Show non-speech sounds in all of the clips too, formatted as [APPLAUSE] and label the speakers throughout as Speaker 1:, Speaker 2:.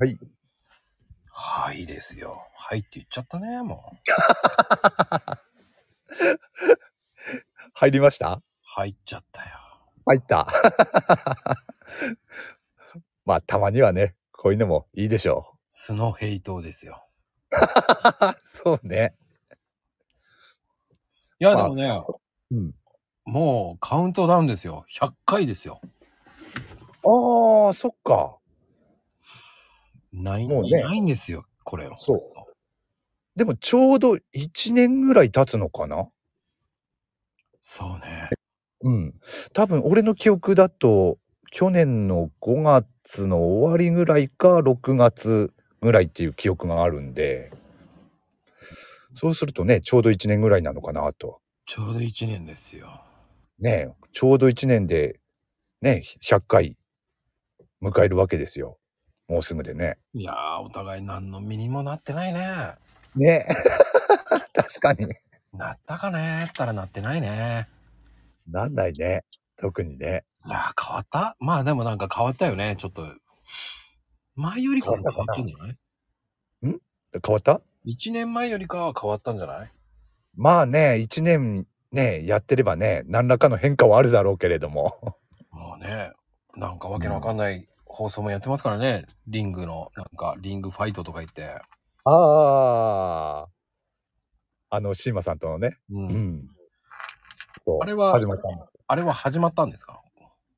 Speaker 1: はい。
Speaker 2: はいですよ。はいって言っちゃったね、もう。
Speaker 1: 入りました
Speaker 2: 入っちゃったよ。
Speaker 1: 入った。 [LAUGHS] まあ、たまにはね、こういうのもいいでしょ
Speaker 2: スノヘイトですよ。
Speaker 1: う。 [LAUGHS] そうね。
Speaker 2: いや、でもね、
Speaker 1: うん。
Speaker 2: もうカウントダウンですよ。100回ですよ。
Speaker 1: ああ、そっか。
Speaker 2: ない、
Speaker 1: もうね
Speaker 2: ないんですよ、これを。
Speaker 1: そうでも、ちょうど1年ぐらい経つのかな
Speaker 2: そうね。
Speaker 1: うん。多分、俺の記憶だと、去年の5月の終わりぐらいか、6月ぐらいっていう記憶があるんで、そうするとね、ちょうど1年ぐらいなのかなと。
Speaker 2: ちょうど1年ですよ。
Speaker 1: ねえちょうど1年でね100回迎えるわけですよもうすぐでね
Speaker 2: いやー、お互い何の身にもなってないね。
Speaker 1: ね [LAUGHS] 確かに
Speaker 2: なったかねったらなってないね。
Speaker 1: なんないね特にね
Speaker 2: いやー、変わったまあでもなんか変わったよね、ちょっと。前よりかは変わったんじゃない
Speaker 1: 変わった
Speaker 2: ?1 年前よりかは変わったんじゃない
Speaker 1: まあね1年ねやってればね何らかの変化はあるだろうけれども
Speaker 2: もうね、なんかわけのわかんない放送もやってますからね。リングの、なんか、リングファイトとか言って。
Speaker 1: あああのシーマさんとのねう
Speaker 2: う。
Speaker 1: んんそう
Speaker 2: あれは
Speaker 1: 始まった
Speaker 2: あれは始まったんですか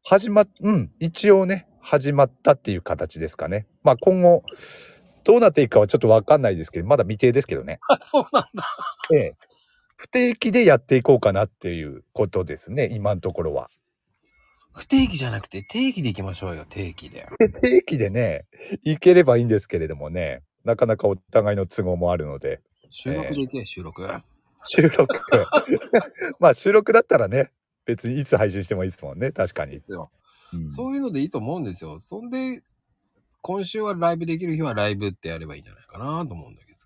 Speaker 1: 始まっうん一応ね始まったっていう形ですかねまあ今後どうなっていくかはちょっとわかんないですけどまだ未定ですけどね、
Speaker 2: あ、そうなんだ。
Speaker 1: ええ、不定期でやっていこうかなっていうことですね今のところは
Speaker 2: 不定期じゃなくて定期で行きましょうよ、定期で。
Speaker 1: で定期でねいければいいんですけれどもねなかなかお互いの都合もあるので
Speaker 2: 収録で行け、収録。
Speaker 1: 収録 [LAUGHS] まあ収録だったらね別にいつ配信してもいいですもんね確かに
Speaker 2: で、すよ。
Speaker 1: うん
Speaker 2: そういうのでいいと思うんですよ。そんで、今週はライブできる日はライブってやればいいんじゃないかなと思うんだけど。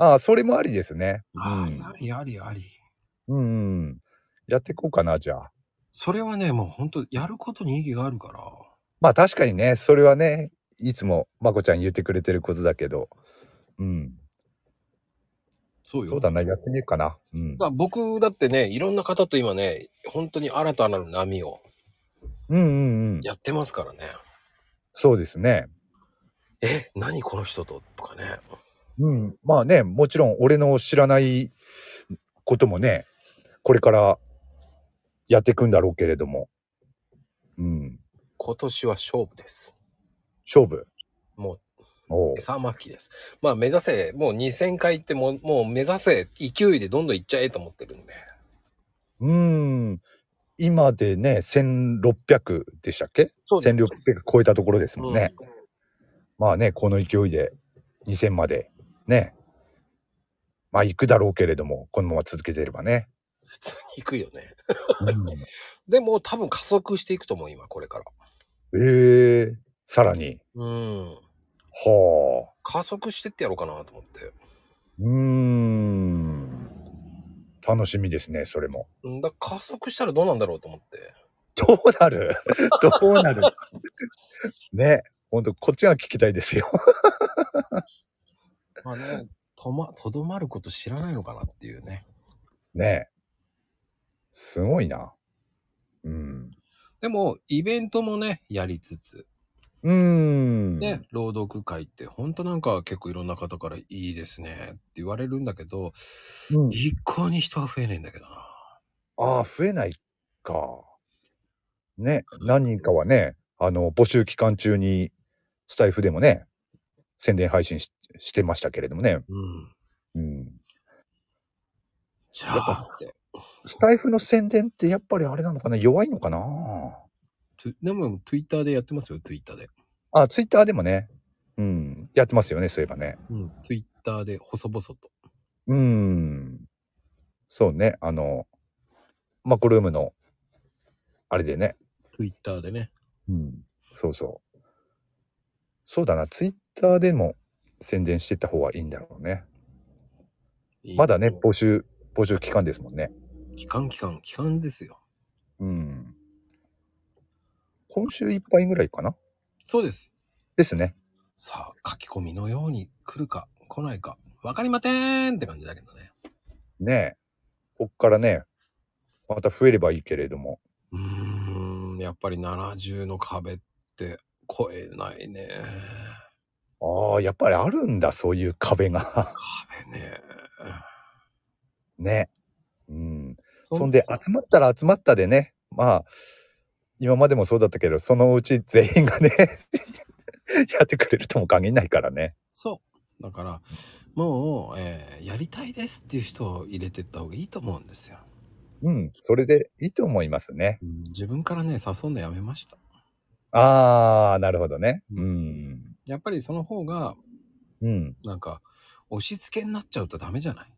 Speaker 1: ああそれもありですね
Speaker 2: ありありありあり。
Speaker 1: うん、うん、やっていこうかなじゃあ
Speaker 2: それはね、もう本当やることに意義があるから。
Speaker 1: まあ確かにね、それはね、いつもまこちゃん言ってくれてることだけど、うん、
Speaker 2: そうよ。
Speaker 1: そうだな、やってみるかな。うん
Speaker 2: だ、から僕だってね、いろんな方と今ね、本当に新たなる波を
Speaker 1: うんうんうん。
Speaker 2: やってますからね。
Speaker 1: そうですね。
Speaker 2: え、何この人ととかね。
Speaker 1: うん、まあね、もちろん俺の知らないこともね、これからやっていくんだろうけれども、うん、
Speaker 2: 今年は勝負です。
Speaker 1: 勝負。
Speaker 2: もう
Speaker 1: おう
Speaker 2: 手さまきです。まあ目指せ、もう2000回ってもうもう目指せ、勢いでどんどんいっちゃえと思ってるんで。
Speaker 1: うん、今でね、1600でしたっけ
Speaker 2: そです
Speaker 1: ?1600 超えたところですもんね。
Speaker 2: うん
Speaker 1: まあね、この勢いで2000までね、まあ行くだろうけれども、このまま続けてればね。
Speaker 2: 普通に行くよね。
Speaker 1: うん
Speaker 2: でも多分加速していくと思う、今、これから。
Speaker 1: [LAUGHS] ええさらに。
Speaker 2: うん。
Speaker 1: はあ。
Speaker 2: 加速してってやろうかなと思って。
Speaker 1: うーん。楽しみですね、それも。
Speaker 2: うんだから加速したらどうなんだろうと思って。
Speaker 1: どうなる [LAUGHS] どうなるね、ほんと、こっちが聞きたいですよ。
Speaker 2: まあね、とま、とどまること知らないのかなっていうね。
Speaker 1: ね。すごいな。うん。
Speaker 2: でも、イベントもね、やりつつ。
Speaker 1: うーん。
Speaker 2: ね、朗読会って、ほんとなんか結構いろんな方からいいですねって言われるんだけど、
Speaker 1: うん、
Speaker 2: 一向に人が増えねえんだけどな。
Speaker 1: ああ、増えないか。ね、何人かはね、あの、募集期間中に、スタイフでもね、宣伝配信ししてましたけれどもね。
Speaker 2: うん。
Speaker 1: うん。
Speaker 2: じゃあって。
Speaker 1: スタイフの宣伝ってやっぱりあれなのかな弱いのかな
Speaker 2: つでも、Twitter でやってますよ、Twitter で。
Speaker 1: あ、ツイッターでもね、うん、やってますよね、そういえばね。
Speaker 2: うん。Twitter で細々と。
Speaker 1: うん。そうね、あの、マコルームの、あれでね、
Speaker 2: Twitter でね。
Speaker 1: うん、そうそう。そうだな、ツイッターでも宣伝していった方がいいんだろうね。
Speaker 2: いい
Speaker 1: まだね、募集、募集期間ですもんね。
Speaker 2: 期間期間、期間ですよ。
Speaker 1: うん。今週いっぱいぐらいかな
Speaker 2: そうです。
Speaker 1: ですね。
Speaker 2: さあ、書き込みのように来るか来ないか、わかりまてーんって感じだけどね。
Speaker 1: ねえ。こっからね、また増えればいいけれども。
Speaker 2: うーん、やっぱり70の壁って超えないね。
Speaker 1: ああ、やっぱりあるんだ、そういう壁が。 [LAUGHS]
Speaker 2: 壁ね。
Speaker 1: ね。うん。
Speaker 2: ん
Speaker 1: そんで、集まったら集まったでね、まあ、今までもそうだったけど、そのうち全員がね、 [LAUGHS] やってくれるとも限らないからね。
Speaker 2: そう。だから、もう、えーやりたいですっていう人を入れてった方がいいと思うんですよ。
Speaker 1: うん、それでいいと思いますね。
Speaker 2: うん自分からね、誘うのやめました。
Speaker 1: ああ、なるほどね。うん。
Speaker 2: やっぱりその方が、
Speaker 1: うん。
Speaker 2: なんか、押し付けになっちゃうとダメじゃない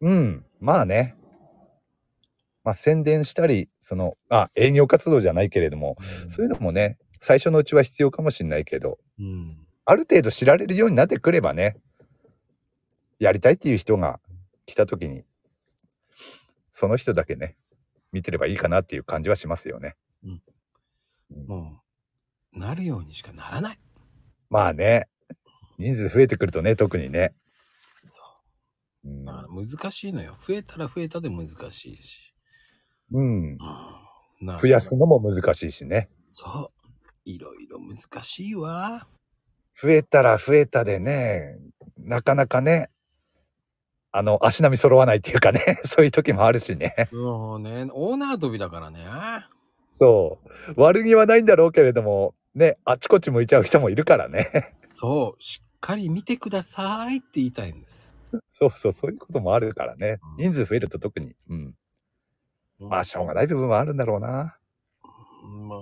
Speaker 1: うん。まあね。まあ宣伝したり、その、あ、営業活動じゃないけれども、そういうのもね、最初のうちは必要かもしれないけど、
Speaker 2: うん。
Speaker 1: ある程度知られるようになってくればね、やりたいっていう人が来た時に、その人だけね、見てればいいかなっていう感じはしますよね。
Speaker 2: もう、なるようにしかならない。
Speaker 1: まあね、人数増えてくるとね、特にね。
Speaker 2: そ
Speaker 1: うん
Speaker 2: う。だから難しいのよ。増えたら増えたで難しいし。
Speaker 1: うん。
Speaker 2: うんな
Speaker 1: 増やすのも難しいしね。
Speaker 2: そう。いろいろ難しいわ。
Speaker 1: 増えたら増えたでね、なかなかね、あの、足並み揃わないっていうかね、 [LAUGHS] そういう時もあるしね。
Speaker 2: もうね、オーナー飛びだからね。
Speaker 1: そう。悪気はないんだろうけれども、ね、あちこち向いちゃう人もいるからね。
Speaker 2: そう。しっかり見てくださいって言いたいんです。
Speaker 1: そうそう、そういうこともあるからね。
Speaker 2: うん
Speaker 1: 人数増えると特に。うん。まあ、しょうが
Speaker 2: な
Speaker 1: な
Speaker 2: い。
Speaker 1: い部分はあるんだろうな。
Speaker 2: まあ、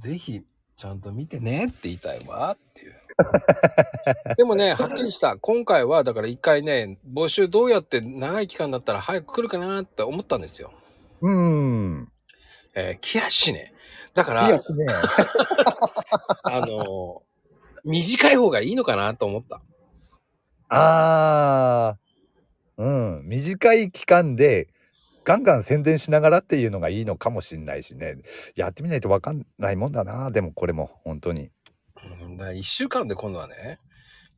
Speaker 2: ぜひ、ちゃんと見てねって言いたいわって
Speaker 1: [LAUGHS]
Speaker 2: いう。でもね、はっきりした。今回は、だから一回ね、募集どうやって長い期間だったら早く来るかなって思ったんですよ。
Speaker 1: うーん。
Speaker 2: えー、来やしね。だか
Speaker 1: い
Speaker 2: ら
Speaker 1: や、、 [LAUGHS] すね。
Speaker 2: あのー [LAUGHS] 短い方がいいのかなと思った。
Speaker 1: あー。うん。短い期間で、ガンガン宣伝しながらっていうのがいいのかもしんないしね。やってみないとわかんないもんだな。でもこれも、本当に。
Speaker 2: うん、だから1週間で今度はね、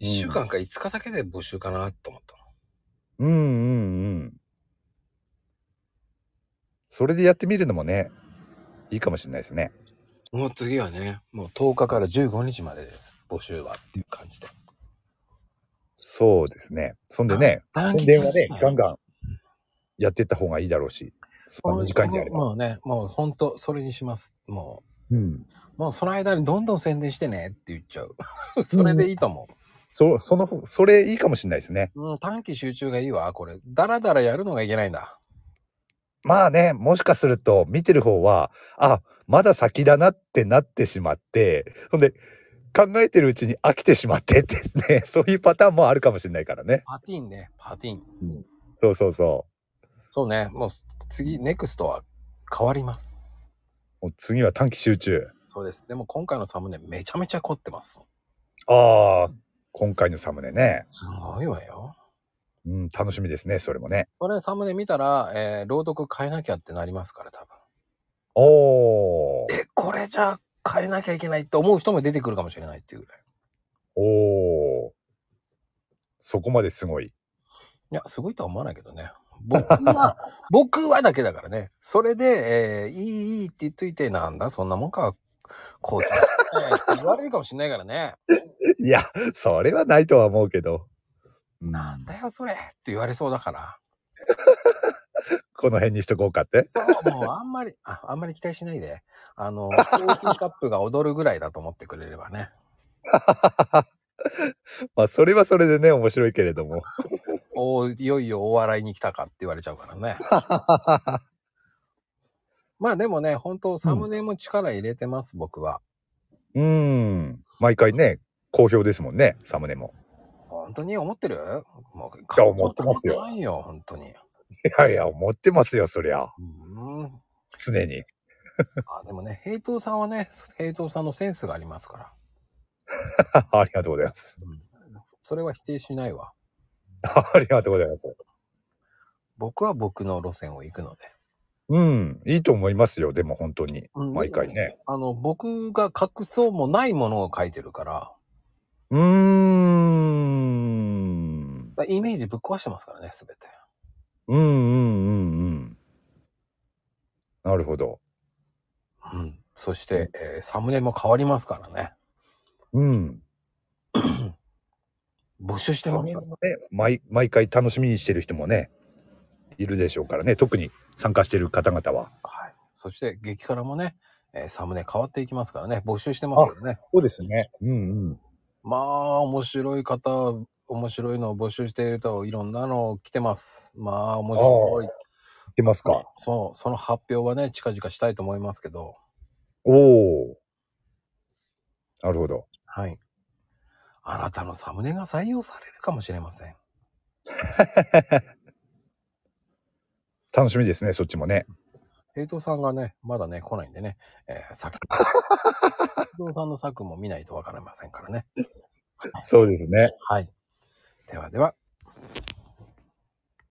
Speaker 1: うん
Speaker 2: 1週間か5日だけで募集かなと思った。
Speaker 1: うんうんうん。それでやってみるのもね、いいかもしれないですね。
Speaker 2: もう次はね、もう10日から15日までです。募集はっていう感じで。
Speaker 1: そうですね。そんでね、
Speaker 2: 短
Speaker 1: 宣伝はね
Speaker 2: 期、間
Speaker 1: ガンガンやっていった方がいいだろうし、そんな短いんであれば。
Speaker 2: もうね、もうほんと、それにします。も
Speaker 1: うん。
Speaker 2: う、もうその間にどんどん宣伝してねって言っちゃう。 [LAUGHS] それでいいと思
Speaker 1: そ、その、それいいかもしれないですね。
Speaker 2: う。うん、短期集中がいいわ、これ。だらだらやるのがいけないんだ。
Speaker 1: まあね、もしかすると見てる方は、あ、まだ先だなってなってしまって、ほんで、考えてるうちに飽きてしまってですね、 [LAUGHS] そういうパターンもあるかもしれないからね。
Speaker 2: パティーンね、パティーン。
Speaker 1: そうそうそう。
Speaker 2: そうね、もう次、ネクストは変わります。
Speaker 1: もう次は短期集中。
Speaker 2: そうです。でも今回のサムネめちゃめちゃ凝ってます。
Speaker 1: ああ、今回のサムネね。
Speaker 2: すごいわよ。
Speaker 1: うん、楽しみですね、それもね。
Speaker 2: それサムネ見たら、えー朗読変えなきゃってなりますから、多分。
Speaker 1: おー、
Speaker 2: え、これじゃ変えなきゃいけないって思う人も出てくるかもしれないっていうぐらい。
Speaker 1: おー。そこまですごい。
Speaker 2: いや、すごいとは思わないけど [LAUGHS] ね。僕は、僕はだけだからね。それで、えーいい、いいってついて、なんだ、そんなもんか、こう、えー言われるかもしれないからね。
Speaker 1: いや、それはないとは思うけど。うん
Speaker 2: なんだよ、それって言われそうだから。
Speaker 1: この辺にしとこうかって。
Speaker 2: そう、もうあんまり、ああんまり期待しないで。あの、コーヒーカップが踊るぐらいだと思ってくれればね。
Speaker 1: まあ、それはそれでね、面白いけれど
Speaker 2: [LAUGHS]
Speaker 1: も。
Speaker 2: おーいよいよお笑いに来たかって言われちゃうから [LAUGHS] ね。まあでもね、本当サムネも力入れてます、僕は。
Speaker 1: うん。毎回ね、好評ですもんね、サムネも。
Speaker 2: 本当に思ってるもう、
Speaker 1: や思ってますよ
Speaker 2: ちょと思ってないよ、本当に。
Speaker 1: いやいや、思ってますよ、そりゃ。
Speaker 2: うん。
Speaker 1: 常に。 [LAUGHS]
Speaker 2: あでもね、平等さんはね、平等さんのセンスがありますから。
Speaker 1: ありがとうございます。 [LAUGHS]
Speaker 2: それは否定しないわ。
Speaker 1: ありがとうございます。
Speaker 2: 僕は僕の路線を行くので。
Speaker 1: うん、いいと思いますよ、でも本当に。
Speaker 2: うん
Speaker 1: 毎回ね。
Speaker 2: あの、僕が隠そうもないものを書いてるから、
Speaker 1: うーん。
Speaker 2: だからイメージぶっ壊してますからね、すべて。
Speaker 1: うんうんうんうん。なるほど。
Speaker 2: うん。そして、えーサムネも変わりますからね。
Speaker 1: うん。
Speaker 2: 募集してますから。
Speaker 1: ね、毎毎回楽しみにしてる人もね、いるでしょうからね。特に参加してる方々は。
Speaker 2: はい。そして、激辛もね、えーサムネ変わっていきますからね。募集してますからね。
Speaker 1: そうですね。うんうん。
Speaker 2: まあ、面白い方、面白いのを募集していると、いろんなの来てます。まあ、面白い。
Speaker 1: いけますか。
Speaker 2: そう、その発表はね、近々したいと思いますけど。
Speaker 1: おお。なるほど。
Speaker 2: はい。あなたのサムネが採用されるかもしれません。
Speaker 1: 楽しみですね、そっちもね。
Speaker 2: 平等さんがね、まだね、来ないんでね、えー、先。 [LAUGHS] 平等さんの作も見ないとわかりませんからね。
Speaker 1: そうですね。
Speaker 2: はい。ではでは、